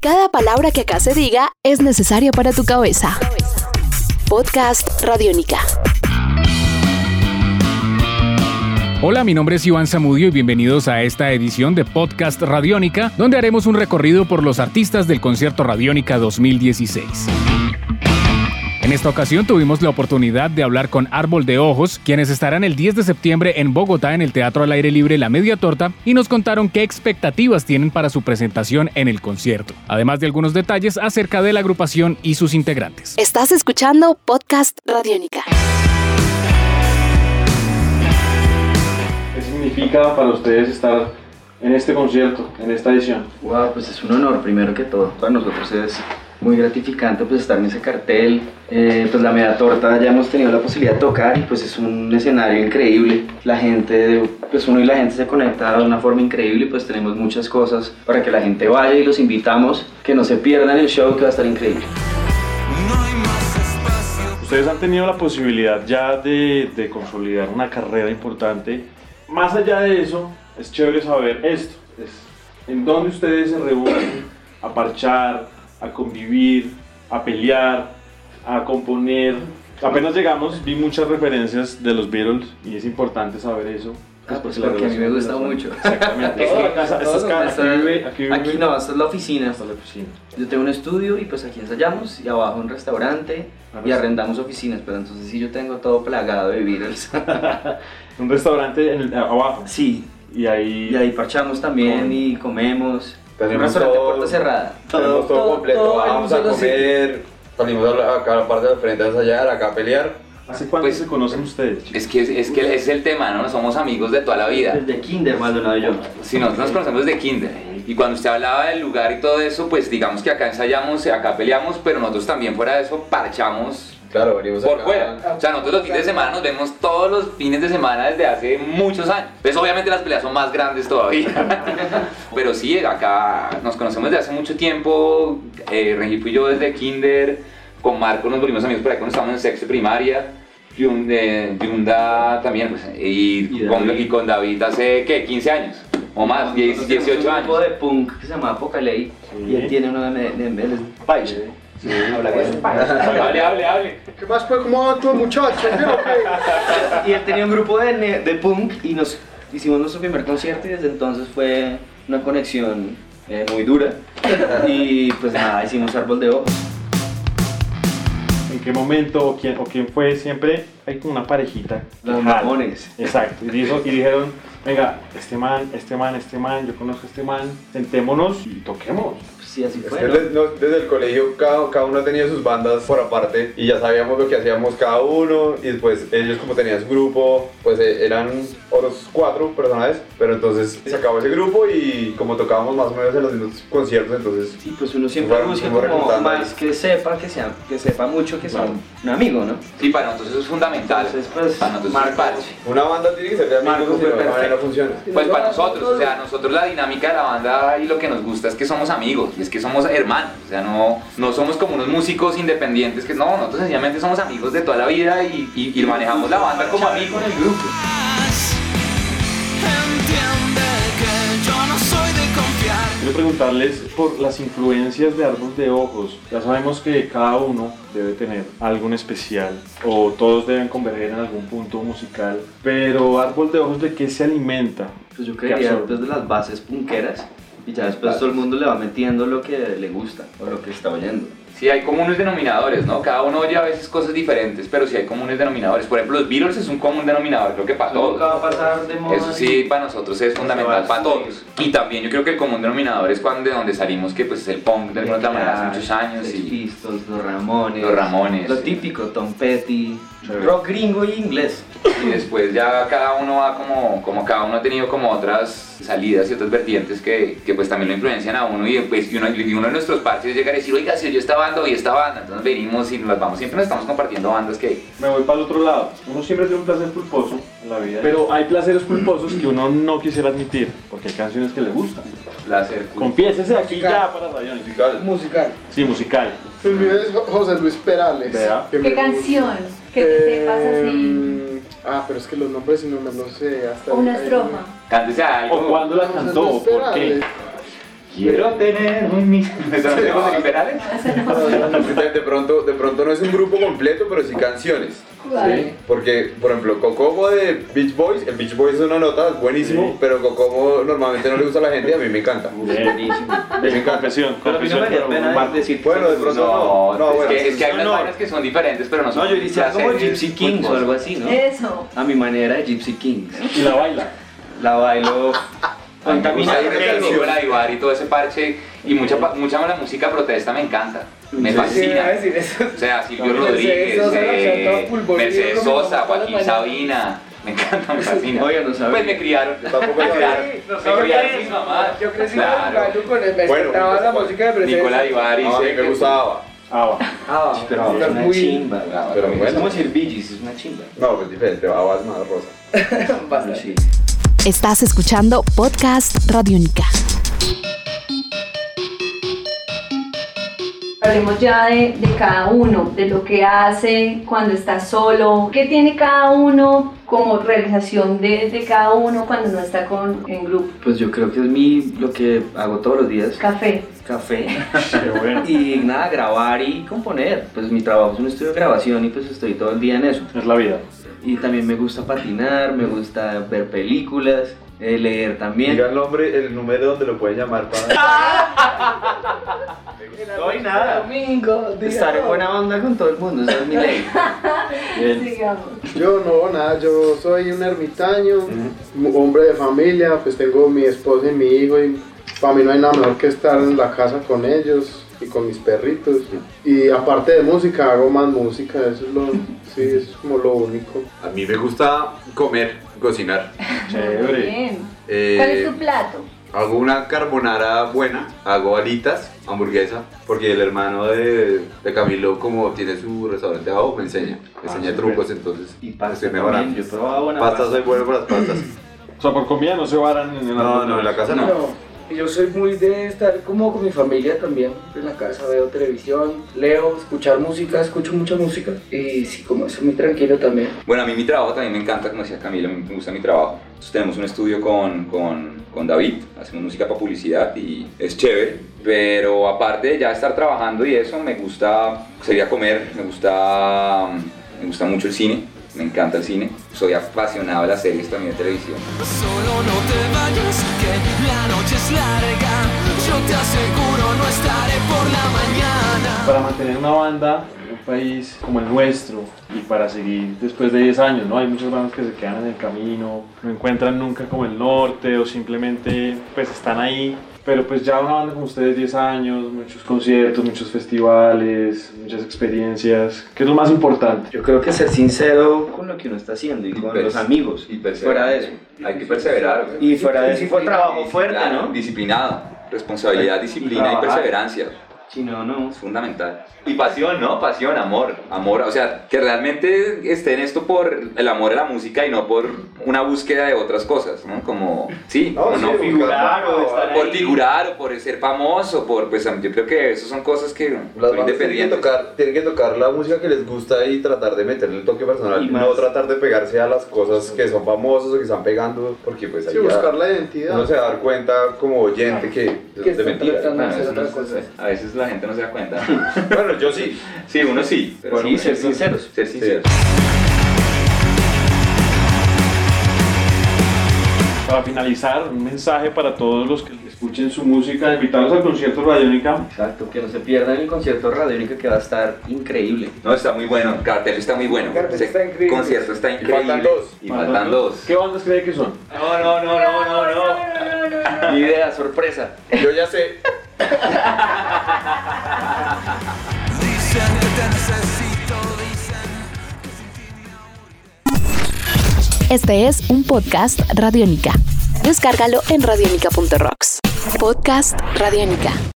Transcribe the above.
Cada palabra que acá se diga es necesaria para tu cabeza. Podcast Radiónica. Hola, mi nombre es Iván Zamudio y bienvenidos a esta edición de Podcast Radiónica, donde haremos un recorrido por los artistas del concierto Radiónica 2016. En esta ocasión tuvimos la oportunidad de hablar con Árbol de Ojos, quienes estarán el 10 de septiembre en Bogotá en el Teatro al Aire Libre La Media Torta y nos contaron qué expectativas tienen para su presentación en el concierto, además de algunos detalles acerca de la agrupación y sus integrantes. Estás escuchando Podcast Radiónica. ¿Qué significa para ustedes estar en este concierto, en esta edición? Wow, pues es un honor primero que todo. Para nosotros es muy gratificante pues estar en ese cartel. Eh, pues la media torta ya hemos tenido la posibilidad de tocar y pues es un escenario increíble. La gente, pues uno y la gente se conecta de una forma increíble y pues tenemos muchas cosas para que la gente vaya y los invitamos que no se pierdan el show que va a estar increíble. Ustedes han tenido la posibilidad ya de, de consolidar una carrera importante. Más allá de eso, es chévere saber esto. es en dónde ustedes se reúnen a parchar, a convivir, a pelear, a componer. Apenas llegamos, vi muchas referencias de los Beatles y es importante saber eso. Ah, pues la porque a mí me relación- gusta mucho. Exactamente. Esta es la casa, esta es Todos casa, están- aquí vive- aquí vive- Aquí no, esta es la oficina. Esta es la oficina. Yo tengo un estudio y pues aquí ensayamos y abajo un restaurante Ah, y pues. arrendamos oficinas, pero entonces sí yo tengo todo plagado de Beatles. Un restaurante en el- abajo. sí, Y ahí, y ahí parchamos también Con- y comemos. Tenemos un restaurante todo. puerta cerrada. Tenemos todo, completo, todo en un vamos a solo sitio. comer, salimos a la, acá a la parte del frente a ensayar, acá a pelear. ¿Hace cuánto Pues- se conocen ustedes? chicos? Es que es, es que ese es el tema, ¿no? Somos amigos de toda la vida. Desde kinder, Maldonado y yo. Si nosotros nos conocemos de kinder. Y cuando usted hablaba del lugar y todo eso, pues digamos que acá ensayamos, acá peleamos, pero nosotros también fuera de eso parchamos Claro, venimos por acá. fuera. O sea, nosotros los fines de semana nos vemos todos los fines de semana desde hace muchos años. Entonces obviamente las peleas son más grandes todavía. pero sí, acá nos conocemos desde hace mucho tiempo. Eh, Rengifo y yo desde kinder. Con Marco nos volvimos amigos por ahí cuando estábamos en sexto de primaria. Yun- eh, Yunda también, pues, y, Y con, David. y con David hace, ¿qué? 15 años, o más, Nosotros 10, tenemos 18 Un grupo años. de punk que se llama Pocaley Sí. y él tiene uno de, me- de, él es Paisa. Habla con Paisa. Hable, hable, hable. ¿Qué más pues? ¿Cómo van todos muchachos? ¿Bien o qué? Y él tenía un grupo de, ne- de punk y nos hicimos nuestro primer concierto y desde entonces fue una conexión eh, muy dura. Y pues nada, hicimos árbol de ojos. ¿En qué momento o quién, o quién fue? Siempre hay como una parejita. que Los jala. mamones. Exacto. Y, dijo- y dijeron, venga, este man, este man, este man, yo conozco a este man, sentémonos y toquemos. Pues sí, así Es fue. que ¿no? desde, no- desde el colegio cada, cada uno tenía sus bandas por aparte y ya sabíamos lo que hacíamos cada uno y después ellos como tenían su grupo, pues eh, eran otros cuatro personajes, pero entonces se acabó ese grupo y como tocábamos más o menos en los mismos conciertos, entonces Sí, pues uno siempre Bueno, busca como como reclutando. más que sepa, que, sea, que sepa mucho, que sea Claro. un, un amigo, ¿no? Sí, para nosotros eso es fundamental. Entonces, pues, para nosotros es un Marco. parche. una banda tiene que ser de Marco amigos, si fue no, de otra perfecto. manera no funciona. Pues para nosotros, o sea, nosotros la dinámica de la banda y lo que nos gusta es que somos amigos, y es que somos hermanos, o sea, no, no somos como unos músicos independientes, que no, nosotros sencillamente somos amigos de toda la vida y, y- y manejamos la banda como amigos en el grupo. Quiero preguntarles por las influencias de Árbol de Ojos. Ya sabemos que cada uno debe tener algo en especial o todos deben converger en algún punto musical, pero Árbol de Ojos de qué se alimenta? Pues yo Qué creería absurdo. desde las bases punqueras y ya después todo el mundo le va metiendo lo que le gusta o lo que está oyendo. Sí, hay comunes denominadores, ¿no? Cada uno oye a veces cosas diferentes, pero sí hay comunes denominadores. Por ejemplo, los Beatles es un común denominador, creo que para Nunca va todos. a pasar de moda. Eso sí, para nosotros es fundamental, para todos. Y también yo creo que el común denominador es cuando de donde salimos, que pues es el punk de alguna otra manera hace muchos años Sex y Pistols, los Ramones. Los Ramones, Lo sí. típico, Tom Petty. Rock gringo y inglés. y después ya cada uno va como, como cada uno ha tenido como otras salidas y otras vertientes que, que pues también lo influencian a uno y, pues, y uno, y uno de nuestros parches llega a decir, oiga, si yo esta banda y esta banda, entonces venimos y nos vamos, siempre nos estamos compartiendo bandas que, Me voy para el otro lado. Uno siempre tiene un placer culposo en la vida, pero hay placeres culposos que uno no quisiera admitir porque hay canciones que le gustan. placer, Confiésese aquí ya para Rayón. Musical. Sí, musical. Pues mi es Jo- José Luis Perales. Vea. Que me ¿Qué gusta. canción? Que te sepas así. Em, Ah, pero es que los nombres no me los sé hasta Una ahí. estrofa. cántese algo. ¿O cuándo la José cantó? Luis ¿Por qué? Perales. Quiero tener un mi. ¿Eso no tenemos en Perales? De pronto, de pronto no es un grupo completo, pero sí canciones. Vale. Porque, por ejemplo, Cocomo de Beach Boys, el Beach Boys es una nota, es buenísimo, Sí. pero Cocomo normalmente no le gusta a la gente y a mí me encanta. De confesión, Pero a mí no confesión para me haría un pena mal. decir. Bueno, de pronto no. No, es, bueno. que, es que hay unas no. vainas que son diferentes, pero no son. No, yo diría ya como sé, Gypsy muy Kings o cosas. algo así, ¿no? Eso. A mi manera de Gypsy Kings. Y la baila. La bailo. Contamina Hay una canción. la Ibar y todo ese parche y mucha pa- mucha mala música protesta me encanta. Me fascina. O sea, Silvio Mercedes Rodríguez, Sosa, eh, la chanta Pulvo, Mercedes Rodrigo, mi Sosa, mamá, Joaquín la Sabina. Me encanta, me fascina. Oiga, no sabía. Pues me criaron. tampoco me sabía. criaron. sabía me criaron eso. sin mamá. Yo crecí claro. jugando con el me Bueno, encantaba la pues, música de presencia. Nicolás Ibar y No, a mí sé me que- gustaba. Ah, va. Ah, Pero es estás una muy chimba. Ah, Pero Es bueno. como decir Bee Gees, es una chimba. No, pues diferente, Baba es más rosa. bastante. Sí. Estás escuchando Podcast Radiónica. Hablemos ya de, de cada uno, de lo que hace cuando está solo, qué tiene cada uno como realización de, de cada uno cuando no está con, en grupo. Pues yo creo que es mi, lo que hago todos los días. Café. Café. Qué bueno. Y nada, grabar y componer. Pues mi trabajo es un estudio de grabación y pues estoy todo el día en eso. Es la vida. Y también me gusta patinar, me gusta ver películas, eh, leer también. Diga el nombre, el número donde lo pueden llamar para. No hay nada. Domingo, diga Estar en todo. buena onda con todo el mundo, esa es mi ley. Sigamos. Yo no, nada, yo soy un ermitaño, un hombre de familia, pues tengo mi esposa y mi hijo y para mí no hay nada mejor que estar en la casa con ellos y con mis perritos. Y aparte de música, hago más música, eso es lo, sí, eso es como lo único. A mí me gusta comer, cocinar. Muy Chévere. bien. Eh, ¿Cuál es tu plato? Hago una carbonara buena, hago alitas, hamburguesa, porque el hermano de, de Camilo, como tiene su restaurante abajo, me enseña, me enseña súper. trucos, entonces Y estoy pasta también, mejorando. yo probaba buena Pastas, soy bueno para las pastas. O sea, por comida no se varan en el No, no, en la casa no. Yo soy muy de estar como con mi familia también, en la casa veo televisión, leo, escuchar música, escucho mucha música y sí, como eso, muy tranquilo también. Bueno, a mí mi trabajo también me encanta, como decía Camilo, me gusta mi trabajo. Entonces, tenemos un estudio con, con- con David, hacemos música para publicidad y es chévere, pero aparte de ya estar trabajando y eso, me gusta, sería comer, me gusta, me gusta mucho el cine, me encanta el cine, soy apasionado de las series también de televisión. Para mantener una banda en un país como el nuestro y para seguir después de 10 años, ¿no? Hay muchas bandas que se quedan en el camino, no encuentran nunca como el norte o simplemente pues están ahí. Pero pues ya una banda como ustedes 10 años, muchos conciertos, muchos festivales, muchas experiencias, que es lo más importante. Yo creo que ser sincero con lo que uno está haciendo y con Pues, los amigos. y fuera perseverar. de eso. Hay que perseverar. güey. Y fuera de eso fue trabajo fuerte, Disciplinado, ¿no? Disciplinado, responsabilidad, disciplina y trabajar. perseverancia. Si no, no. Es fundamental. Y pasión, ¿no? Pasión, amor. Amor, o sea, que realmente esté en esto por el amor a la música y no por una búsqueda de otras cosas, ¿no? Como, sí, No, o sí, no buscar- figurar o estar por ahí. figurar o por ser famoso, por, pues yo creo que eso son cosas que Las son bandas tienen que, independientes. tocar, tienen que tocar la música que les gusta y tratar de meterle el toque personal. Y Y no más. tratar de pegarse a las cosas que son famosas o que están pegando, porque pues ahí Sí, ya buscar la identidad. uno se va a dar cuenta como oyente Ah, que Que es de están mentira. tratando de Bueno, hacer eso no otra es- cosa. a veces la gente no se da cuenta. Bueno, yo sí. Sí, uno sí. pero Sí, ser eso- sinceros. Ser sinceros. Para finalizar, un mensaje para todos los que escuchen su música, invitarlos al concierto Radiónica. Exacto, que no se pierdan el concierto radiónico que va a estar increíble. No, está muy bueno. El cartel está muy bueno. cartel Se- está increíble. Concierto está increíble. faltan dos. Y faltan dos. ¿Qué bandas cree que son? No, no, no, no, no, no. no, no, no, no. Idea, sorpresa. Yo ya sé. Este es un podcast Radiónica. Descárgalo en radiónica.rocks. Podcast Radiónica.